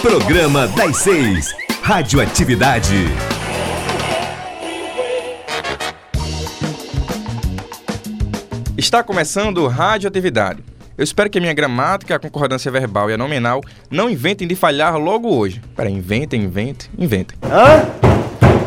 Programa das Seis. Radioatividade. Está começando o Radioatividade. Eu espero que a minha gramática, a concordância verbal e a nominal não inventem de falhar logo hoje. Pera, inventem, inventem, inventem. Hã?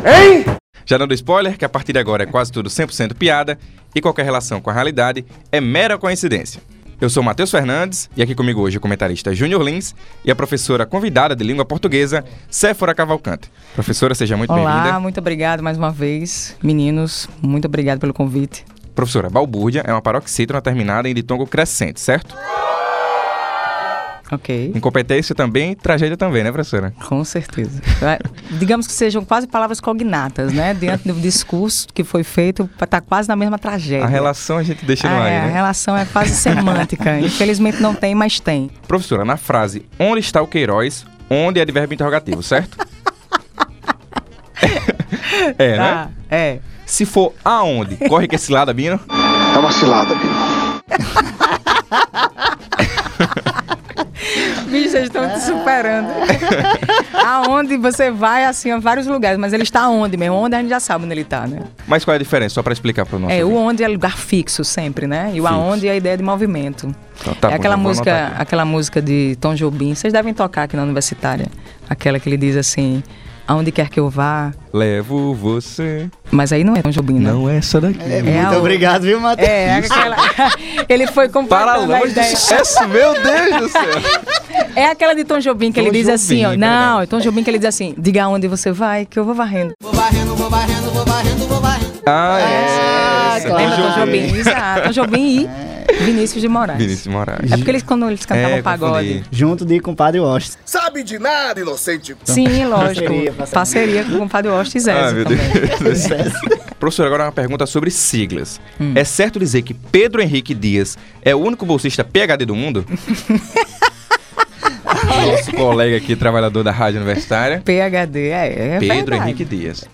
Hein? Já dando spoiler que a partir de agora é quase tudo 100% piada e qualquer relação com a realidade é mera coincidência. Eu sou Matheus Fernandes e aqui comigo hoje o comentarista Júnior Lins e a professora convidada de língua portuguesa, Séfora Cavalcante. Professora, seja muito Olá, bem-vinda. muito obrigado mais uma vez. Meninos, muito obrigado pelo convite. Professora, balbúrdia é uma paroxítona terminada em ditongo crescente, certo? Ok. Incompetência também, tragédia também, né, professora? Com certeza. Vai- Digamos que sejam quase palavras cognatas, né? Diante do discurso que foi feito, tá quase na mesma tragédia. A relação a gente deixa no Ah, ar, é, aí, a né? relação é quase semântica. Infelizmente não tem, mas tem. Professora, na frase onde está o Queiroz, onde é advérbio interrogativo, certo? é, né? Tá? É. Se for aonde, corre que esse lado, Bino. É uma cilada, Bino. Bicho, vocês estão te superando. Aonde você vai, assim, a vários lugares, mas ele está onde mesmo? Onde a gente já sabe onde ele está, né? Mas qual é a diferença? Só pra explicar pro nosso. É, o ouvinte. onde é lugar fixo sempre, né? E o Fixo. aonde é a ideia de movimento. Então, tá é bom, aquela já vou música, anotar aqui. aquela música de Tom Jobim. Vocês devem tocar aqui na universitária. Aquela que ele diz assim: "Aonde quer que eu vá". Levo você. Mas aí não é Tom Jobim, né? Não é essa daqui. É Muito a- obrigado, viu, Matheus? É, aquela. ele foi Para completando a longe do ideia. sucesso, meu Deus do céu. É aquela de Tom Jobim que Tom ele diz Jobim, assim, ó. é Não, verdade. é Tom Jobim que ele diz assim: "Diga aonde você vai que eu vou varrendo". Ah, é. Ah, essa, claro. Lembra Tom Tom Jobim? Exato, Tom Jobim e É. Vinícius de Moraes. Vinícius Moraes. É porque eles quando eles cantavam É, pagode. confundi. Junto de compadre Washington. Sabe de nada, inocente. Sim, lógico. Parceria, Parceria, parceria. com o Padre Osto e Zezé Ah, Então, meu também. Deus. Professor, agora uma pergunta sobre siglas. É certo dizer que Pedro Henrique Dias é o único bolsista PHD do mundo? Nosso colega aqui, trabalhador da Rádio Universitária, PHD, é, é Pedro verdade. Henrique Dias.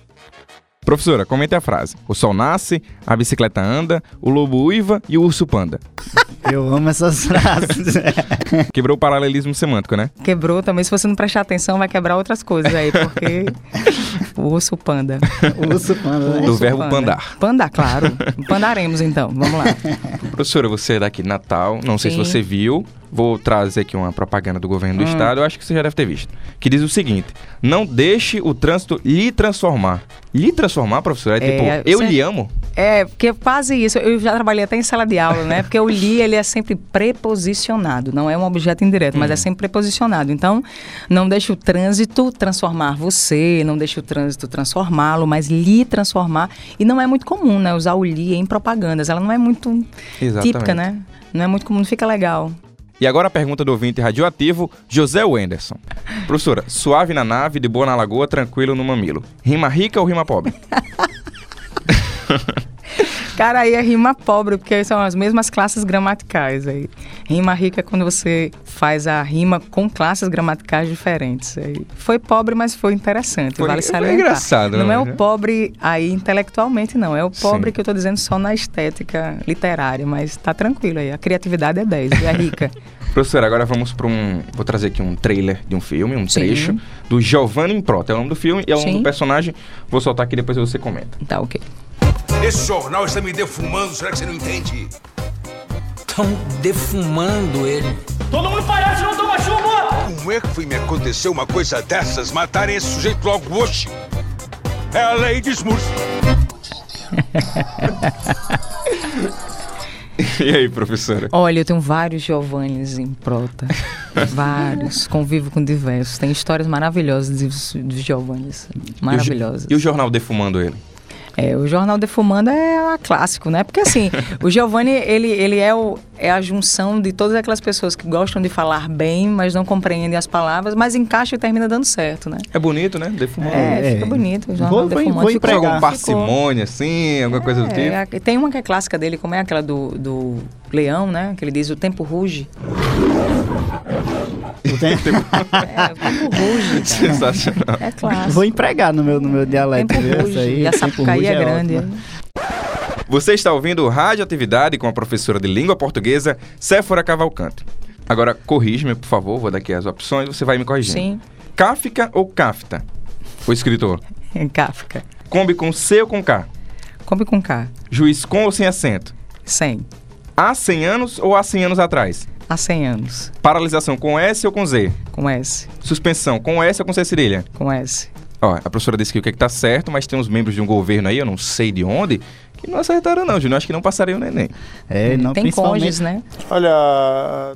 Professora, comente a frase. O sol nasce, a bicicleta anda, o lobo uiva e o urso panda. Eu amo essas frases. né? Quebrou o paralelismo semântico, né? Quebrou também. Se você não prestar atenção, vai quebrar outras coisas aí, porque. o urso panda. Urso panda, né? Do verbo pandar. Pandar, claro. Pandaremos então. Vamos lá. Professora, você é daqui de Natal, não sei se Sim. você viu. Vou trazer aqui uma propaganda do governo do estado, eu acho que você já deve ter visto. Que diz o seguinte: não deixe o trânsito lhe transformar. Lhe transformar, professora, é, É, tipo, eu você- lhe amo. É, porque é quase isso. Eu já trabalhei até em sala de aula, né? Porque o li, ele é sempre preposicionado. Não é um objeto indireto, mas é sempre preposicionado. Então, não deixe o trânsito transformar você, não deixe o trânsito transformá-lo, mas lhe transformar. E não é muito comum, né? Usar o li em propagandas. Ela não é muito Exatamente. típica, né? Não é muito comum, não fica legal. E agora a pergunta do ouvinte radioativo, José Wenderson. Professora, suave na nave, de boa na lagoa, tranquilo no mamilo. Rima rica ou rima pobre? Cara, aí é rima pobre, porque são as mesmas classes gramaticais aí. Rima rica é quando você faz a rima com classes gramaticais diferentes. Aí. Foi pobre, mas foi interessante. Foi- vale foi salientar. engraçado, Não né? é o pobre aí intelectualmente, não. É o pobre Sim. que eu tô dizendo só na estética literária, mas tá tranquilo aí. A criatividade é 10, é rica. Professora, agora vamos para um. Vou trazer aqui um trailer de um filme, um Sim. trecho, do Giovanni Improta. É o nome do filme e é o nome Sim. do personagem. Vou soltar aqui depois você comenta. tá ok. Esse jornal está me defumando, será que você não entende? Estão defumando ele. Todo mundo parece não toma chuva! Como é que foi me acontecer uma coisa dessas, matarem esse sujeito logo hoje? É a lei de Smurf. E aí, professora? Olha, eu tenho vários Giovannis em prota. vários. Convivo com diversos. Tem histórias maravilhosas de, de Giovannis. Maravilhosas. E o jornal defumando ele? É, o Jornal Defumando é a clássico, né? Porque assim, o Giovanni, ele, ele é, o, é a junção de todas aquelas pessoas que gostam de falar bem, mas não compreendem as palavras, mas encaixa e termina dando certo, né? É bonito, né? Defumando. É, é. fica bonito. O Vou- Jornal vou- Defumando vou ficou- Só com empregar. ficou. um parcimônia, assim, alguma coisa do tipo. É, a- tem uma que é clássica dele, como é aquela do, do leão, né? Que ele diz, o tempo ruge. Eu tenho- É, o tempo ruge. cara. Sensacional. É clássico. Vou empregar no meu, no meu dialeto. Tempo viu? ruge. Essa aí, E a tempo ruge Sapucaí é grande. ótima. Você está ouvindo Radioatividade com a professora de língua portuguesa, Séfora Cavalcante. Agora, corrija-me, por favor, vou dar aqui as opções, você vai me corrigindo. Sim. Kafka ou Kafta? O escritor. É Kafka. Kombi com C ou com K? Come com K. Juiz com ou sem acento? 100. Há 100 anos ou há 100 anos atrás? Há 100 anos. Paralisação com S ou com Z? Com S. Suspensão com S ou com C cirilha? Com S. Ó, a professora disse que o que, é que tá certo, mas tem uns membros de um governo aí, eu não sei de onde, que não acertaram não, Júnior. Acho que não passariam o neném. É, não né? Tem cônjuges, principalmente... né? Olha,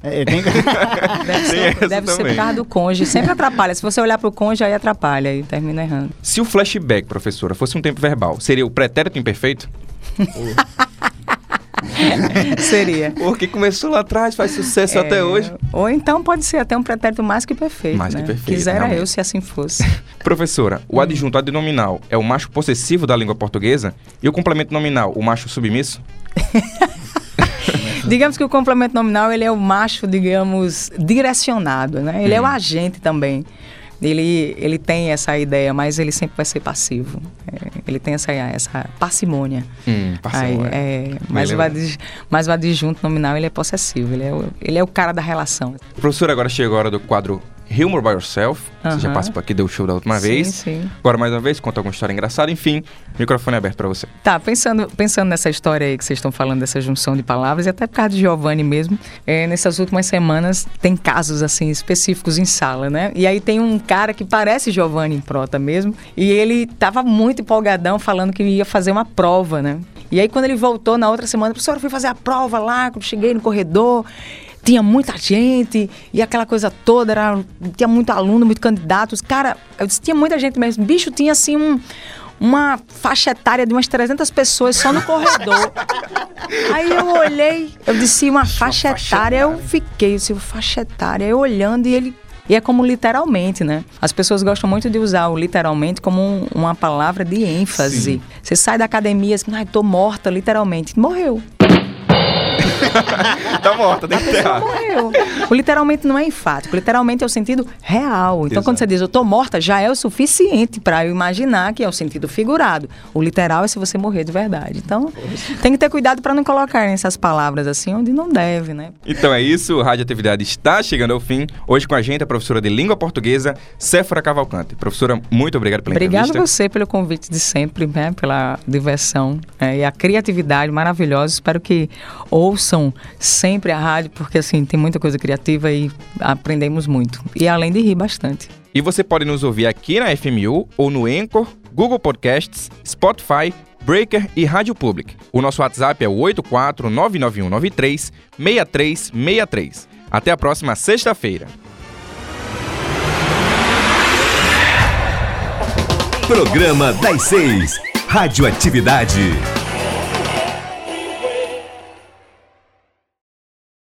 É, tem... Deve Tem ser, um, essa deve ser também. por causa do cônjuge. Sempre atrapalha. Se você olhar pro cônjuge, aí atrapalha e termina errando. Se o flashback, professora, fosse um tempo verbal, seria o pretérito imperfeito? Seria. Porque começou lá atrás, faz sucesso É, até hoje. Ou então pode ser até um pretérito mais que perfeito. Mais que né? perfeito, Quisera realmente. eu se assim fosse. Professora, o adjunto adnominal é o macho possessivo da língua portuguesa e o complemento nominal, o macho submisso? digamos que o complemento nominal ele é o macho, digamos, direcionado, né? Ele é o agente também. Ele, ele tem essa ideia, mas ele sempre vai ser passivo. É, ele tem essa, essa parcimônia. Hum, parcimônia. Aí, é, mas, o lembra. adj- mas o adjunto nominal ele é possessivo, ele é o, ele é o cara da relação. Professora, agora chega a hora do quadro Humor by Yourself. Você já Aham. participou aqui, deu show da última Sim, vez. sim. Agora, mais uma vez, conta alguma história engraçada. Enfim, microfone aberto pra você. Tá, pensando, pensando nessa história aí que vocês estão falando, dessa junção de palavras, e até por causa de Giovanni mesmo, é, nessas últimas semanas tem casos, assim, específicos em sala, né? E aí tem um cara que parece Giovanni em prota mesmo, e ele tava muito empolgadão falando que ia fazer uma prova, né? E aí quando ele voltou na outra semana, professor, eu fui fazer a prova lá, quando cheguei no corredor, tinha muita gente e aquela coisa toda, era, tinha muito aluno, muito candidatos. Cara, eu disse, tinha muita gente mesmo. Bicho, tinha assim um, uma faixa etária de umas 300 pessoas só no corredor. Aí eu olhei, eu disse uma faixa etária, eu fiquei, eu disse, faixa etária, eu olhando e ele. E é como literalmente, né? As pessoas gostam muito de usar o literalmente como um- uma palavra de ênfase. Você sai da academia assim, ai, tô morta, literalmente. Morreu. tá morta, tem que enterrar. Morreu. O literalmente não é enfático, literalmente é o sentido real. Então, quando Exato. você diz eu tô morta, já é o suficiente para eu imaginar que é o sentido figurado. O literal é se você morrer de verdade. Então, tem que ter cuidado para não colocar essas palavras assim onde não deve, né? Então é isso, o Rádio Atividade está chegando ao fim. Hoje com a gente a professora de Língua Portuguesa, Séfora Cavalcante. Professora, muito obrigado pela Obrigada a entrevista. você pelo convite de sempre, né? Pela diversão né, e a criatividade maravilhosa. Espero que ouçam sempre a rádio, porque assim, tem muita coisa criativa e aprendemos muito. E além de rir bastante. E você pode nos ouvir aqui na FMU ou no Anchor, Google Podcasts, Spotify, Breaker e Rádio Public. O nosso WhatsApp é o 84991936363. Até a próxima sexta-feira. Programa das Seis. Radioatividade.